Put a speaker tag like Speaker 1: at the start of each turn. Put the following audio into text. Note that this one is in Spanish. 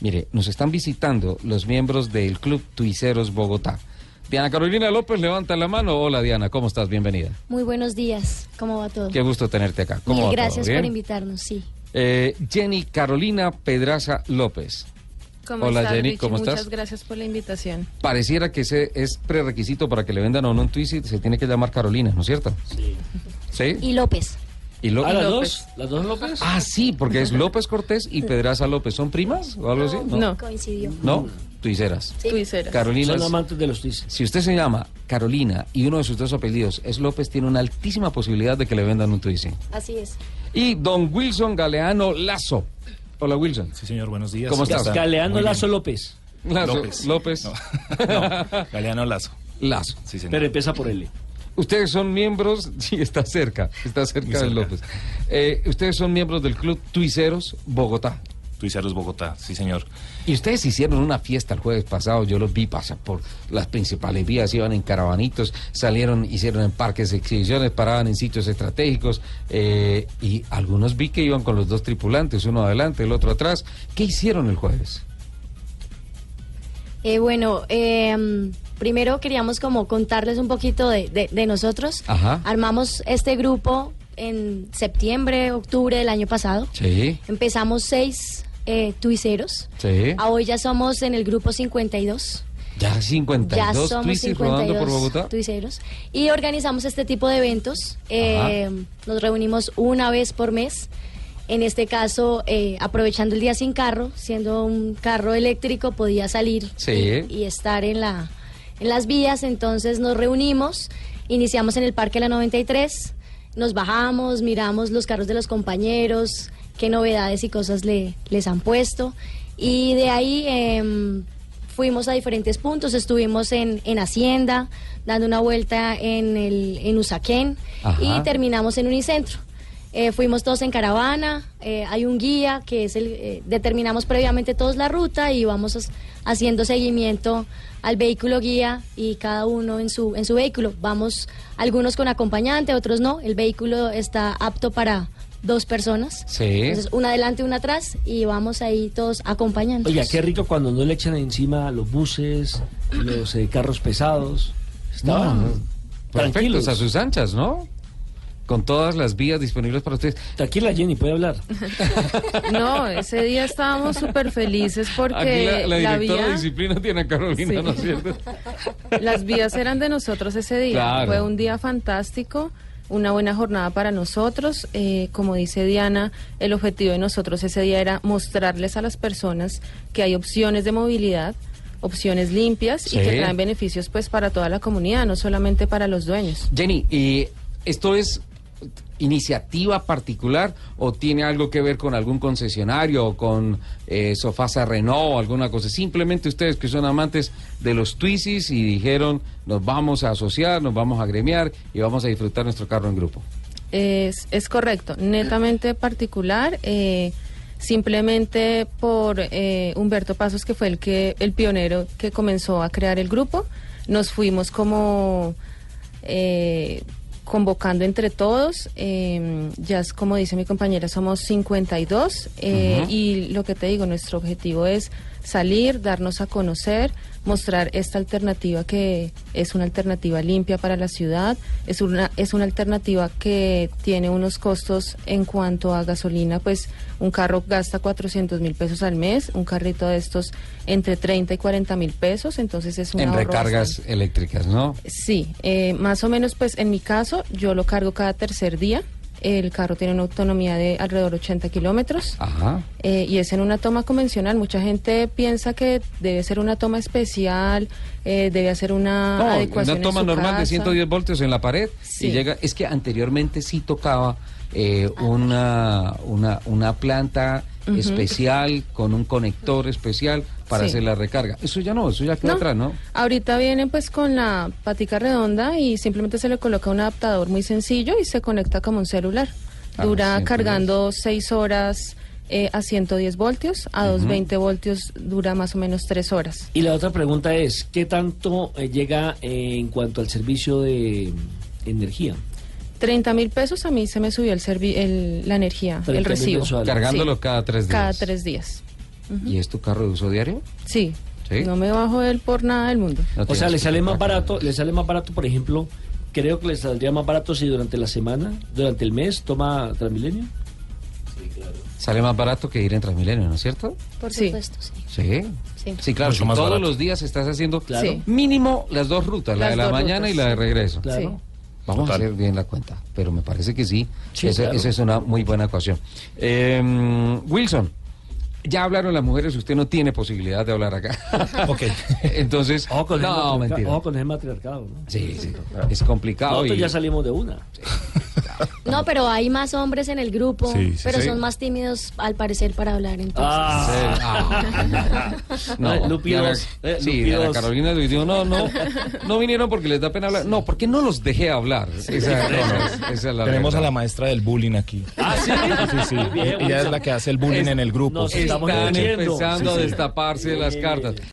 Speaker 1: Mire, nos están visitando los miembros del Club Tuiceros Bogotá. Diana Carolina López, levanta la mano. Hola Diana, ¿cómo estás? Bienvenida.
Speaker 2: Muy buenos días, ¿cómo va todo?
Speaker 1: Qué gusto tenerte acá. ¿Cómo
Speaker 2: Mil
Speaker 1: va todo?
Speaker 2: gracias por
Speaker 1: ¿Bien?
Speaker 2: invitarnos, sí.
Speaker 1: Eh, Jenny Carolina Pedraza López.
Speaker 3: ¿Cómo
Speaker 1: Hola,
Speaker 3: estás,
Speaker 1: Jenny,
Speaker 3: Richie?
Speaker 1: ¿cómo
Speaker 3: Muchas
Speaker 1: estás?
Speaker 3: gracias por la invitación.
Speaker 1: Pareciera que ese es prerequisito para que le vendan a uno un Twizy, se tiene que llamar Carolina, ¿no es cierto?
Speaker 4: Sí.
Speaker 1: ¿Sí?
Speaker 2: Y López,
Speaker 1: Y lo-
Speaker 4: ¿Ah, las
Speaker 3: López.
Speaker 4: dos? ¿Las dos López?
Speaker 1: Ah, sí, porque es López Cortés y Pedraza López. ¿Son primas o algo así?
Speaker 3: No.
Speaker 2: coincidió.
Speaker 1: ¿No? Tuiceras.
Speaker 2: Sí.
Speaker 3: Tuiceras.
Speaker 1: Carolina.
Speaker 4: Son
Speaker 1: es-
Speaker 4: amantes de los tices.
Speaker 1: Si usted se llama Carolina y uno de sus dos apellidos es López, tiene una altísima posibilidad de que le vendan un Twizy.
Speaker 2: Así es.
Speaker 1: Y don Wilson Galeano Lazo. Hola, Wilson.
Speaker 5: Sí, señor, buenos días.
Speaker 1: ¿Cómo estás?
Speaker 4: Gascaleando
Speaker 5: Muy bien.
Speaker 4: Lazo López.
Speaker 1: Lazo. López.
Speaker 5: López. No, Galeano Lazo.
Speaker 1: Lazo.
Speaker 5: Sí, señor.
Speaker 4: Pero empieza por L.
Speaker 1: Ustedes son miembros, sí, está cerca, está cerca
Speaker 5: Muy
Speaker 1: de
Speaker 5: cerca.
Speaker 1: López. Eh, ustedes son miembros del Club Tuiceros Bogotá.
Speaker 5: Tuiceros Bogotá, sí, señor.
Speaker 1: Y ustedes hicieron una fiesta el jueves pasado, yo los vi pasar por las principales vías, iban en caravanitos, salieron, hicieron en parques exhibiciones, paraban en sitios estratégicos eh, y algunos vi que iban con los dos tripulantes, uno adelante, el otro atrás. ¿Qué hicieron el jueves?
Speaker 2: Eh, bueno, eh, primero queríamos como contarles un poquito de, de- de nosotros.
Speaker 1: Ajá.
Speaker 2: Armamos este grupo en septiembre, octubre del año pasado.
Speaker 1: Sí,
Speaker 2: Empezamos seis eh, tuiceros.
Speaker 1: sí.
Speaker 2: A hoy ya somos en el grupo 52.
Speaker 1: Ya 52
Speaker 2: Ya somos
Speaker 1: tuicis rodando por Bogotá.
Speaker 2: 52 tuiceros. Y organizamos este tipo de eventos. Eh, nos reunimos una vez por mes. En este caso, eh, aprovechando el día sin carro, siendo un carro eléctrico, podía salir
Speaker 1: Sí.
Speaker 2: y, y estar en, la, en las vías. Entonces nos reunimos, iniciamos en el Parque La 93, nos bajamos, miramos los carros de los compañeros, qué novedades y cosas le- les han puesto. Y de ahí em, fuimos a diferentes puntos, estuvimos en, en Hacienda, dando una vuelta en, el, en Usaquén
Speaker 1: Ajá.
Speaker 2: y terminamos en Unicentro. Eh, fuimos todos en caravana, eh, hay un guía que es el, eh, determinamos previamente todos la ruta y vamos as- haciendo seguimiento al vehículo guía y cada uno en su, en su vehículo. Vamos algunos con acompañante, otros no. El vehículo está apto para dos personas.
Speaker 1: Sí.
Speaker 2: Entonces, una adelante, una atrás y vamos ahí todos acompañando.
Speaker 4: Oiga, qué rico cuando no le echan encima los buses, los eh, carros pesados. Estaban
Speaker 1: No, no.
Speaker 4: tranquilos.
Speaker 1: Perfectos, a sus anchas, ¿no? Con todas las vías disponibles para ustedes.
Speaker 4: Tranquila, Jenny, puede hablar.
Speaker 3: No, ese día estábamos súper felices
Speaker 1: Aquí
Speaker 3: porque
Speaker 1: la, la directora
Speaker 3: la
Speaker 1: de
Speaker 3: vía,
Speaker 1: disciplina tiene Carolina,
Speaker 3: Sí.
Speaker 1: ¿no es cierto?
Speaker 3: las vías eran de nosotros ese día.
Speaker 1: Claro.
Speaker 3: Fue un día fantástico, una buena jornada para nosotros. Eh, como dice Diana, el objetivo de nosotros ese día era mostrarles a las personas que hay opciones de movilidad opciones limpias
Speaker 1: Sí.
Speaker 3: y que traen beneficios pues para toda la comunidad, no solamente para los dueños.
Speaker 1: Jenny, ¿y esto es iniciativa particular o tiene algo que ver con algún concesionario o con eh, Sofasa Renault o alguna cosa? Simplemente ustedes que son amantes de los Twisis y dijeron nos vamos a asociar, nos vamos a gremiar y vamos a disfrutar nuestro carro en grupo.
Speaker 3: Es, es correcto, netamente particular, eh, simplemente por eh, Humberto Pasos, que fue el, que, el pionero que comenzó a crear el grupo, nos fuimos como eh, convocando entre todos, eh, ya es como dice mi compañera, somos 52 eh,
Speaker 1: Ujú.
Speaker 3: y lo que te digo, nuestro objetivo es salir, darnos a conocer, mostrar esta alternativa que es una alternativa limpia para la ciudad, es una, es una alternativa que tiene unos costos en cuanto a gasolina, pues un carro gasta 400 mil pesos al mes, un carrito de estos entre 30 y 40 mil pesos, entonces es un
Speaker 1: En
Speaker 3: ahorro
Speaker 1: recargas
Speaker 3: bastante.
Speaker 1: eléctricas, ¿no?
Speaker 3: Sí, eh, más o menos, pues en mi caso, yo lo cargo cada tercer día. El carro tiene una autonomía de alrededor de 80 kilómetros.
Speaker 1: Ajá.
Speaker 3: Eh, y es en una toma convencional. Mucha gente piensa que debe ser una toma especial, eh, debe hacer una
Speaker 1: No, una
Speaker 3: adecuación. en
Speaker 1: toma
Speaker 3: su
Speaker 1: normal de
Speaker 3: casa.
Speaker 1: 110 voltios en la pared y
Speaker 3: Sí. Ah,
Speaker 1: llega. Es que anteriormente sí tocaba eh, una, una, una planta
Speaker 3: Ujú.
Speaker 1: especial con un conector especial para
Speaker 3: Sí.
Speaker 1: hacer la recarga. Eso ya no, eso ya quedó
Speaker 3: No,
Speaker 1: atrás, ¿no?
Speaker 3: Ahorita vienen pues con la patica redonda y simplemente se le coloca un adaptador muy sencillo y se conecta como un celular.
Speaker 1: Ah,
Speaker 3: Dura
Speaker 1: 110.
Speaker 3: cargando 6 horas eh, a 110 voltios, a 220 voltios dura más o menos 3 horas.
Speaker 4: Y la otra pregunta es, ¿qué tanto eh, llega eh, en cuanto al servicio de mm, energía?
Speaker 3: 30 mil pesos a mí se me subió el, servi- el- la energía,
Speaker 4: 30.000
Speaker 3: el recibo.
Speaker 4: mensual. Vale.
Speaker 1: Cargándolo
Speaker 3: Sí.
Speaker 1: cada tres días.
Speaker 3: Cada tres días.
Speaker 1: ¿Y es tu carro de uso diario?
Speaker 3: Sí.
Speaker 1: Sí.
Speaker 3: No me bajo él por nada del mundo.
Speaker 1: No
Speaker 4: o sea,
Speaker 1: tienes
Speaker 4: le
Speaker 1: que
Speaker 4: sale más
Speaker 1: comprar carro.
Speaker 4: barato, le sale más barato, por ejemplo, creo que le saldría más barato si durante la semana, durante el mes toma Transmilenio.
Speaker 1: Sale más barato que ir en Transmilenio, ¿no es cierto?
Speaker 2: Por
Speaker 3: Sí.
Speaker 2: supuesto, sí.
Speaker 1: Sí.
Speaker 2: Sí.
Speaker 1: Sí, claro.
Speaker 5: Mucho
Speaker 1: si
Speaker 5: más
Speaker 1: todos
Speaker 5: barato.
Speaker 1: los días estás haciendo
Speaker 4: Claro.
Speaker 3: Sí.
Speaker 1: mínimo las dos rutas, la
Speaker 3: Las
Speaker 1: de la
Speaker 3: dos
Speaker 1: mañana y la
Speaker 3: rutas,
Speaker 1: de
Speaker 3: sí.
Speaker 1: regreso.
Speaker 4: Claro.
Speaker 1: Vamos
Speaker 5: Total.
Speaker 1: a hacer bien la cuenta, pero me parece que sí.
Speaker 4: Sí,
Speaker 1: Ese-
Speaker 4: claro.
Speaker 1: Esa es una muy buena ecuación. Eh, Wilson, ya hablaron las mujeres, usted no tiene posibilidad de hablar acá.
Speaker 5: Ok.
Speaker 1: Entonces,
Speaker 4: O con,
Speaker 1: no,
Speaker 4: el, matriarca-
Speaker 1: mentira.
Speaker 4: o con el matriarcado. ¿no?
Speaker 1: Sí, sí, es complicado.
Speaker 4: Nosotros
Speaker 1: y-
Speaker 4: ya salimos de una.
Speaker 2: No, pero hay más hombres en el grupo,
Speaker 5: Sí, sí,
Speaker 2: pero
Speaker 5: sí.
Speaker 2: son más tímidos al parecer para hablar entonces.
Speaker 1: Sí,
Speaker 4: Ah,
Speaker 1: ah, no,
Speaker 4: Eh, Lupi
Speaker 1: Diana-
Speaker 4: dos, eh,
Speaker 1: sí,
Speaker 4: Lupi
Speaker 1: Diana
Speaker 4: dos.
Speaker 1: Carolina le dijo, no, no, no vinieron porque les da pena hablar. No, porque no los dejé hablar. Esa, esa es- esa es la
Speaker 5: Tenemos a la
Speaker 1: verdad.
Speaker 5: maestra del bullying aquí.
Speaker 4: Ah, sí.
Speaker 5: Sí, sí.
Speaker 4: Muy bien,
Speaker 5: Ella es
Speaker 4: Wilson.
Speaker 5: la que hace el bullying
Speaker 1: Es-
Speaker 5: en el grupo.
Speaker 4: no, sí. Estamos
Speaker 1: Están
Speaker 4: entendiendo.
Speaker 1: empezando
Speaker 4: Sí,
Speaker 1: a
Speaker 4: sí.
Speaker 1: destaparse
Speaker 4: Bien,
Speaker 1: las
Speaker 4: bien,
Speaker 1: cartas.
Speaker 4: bien.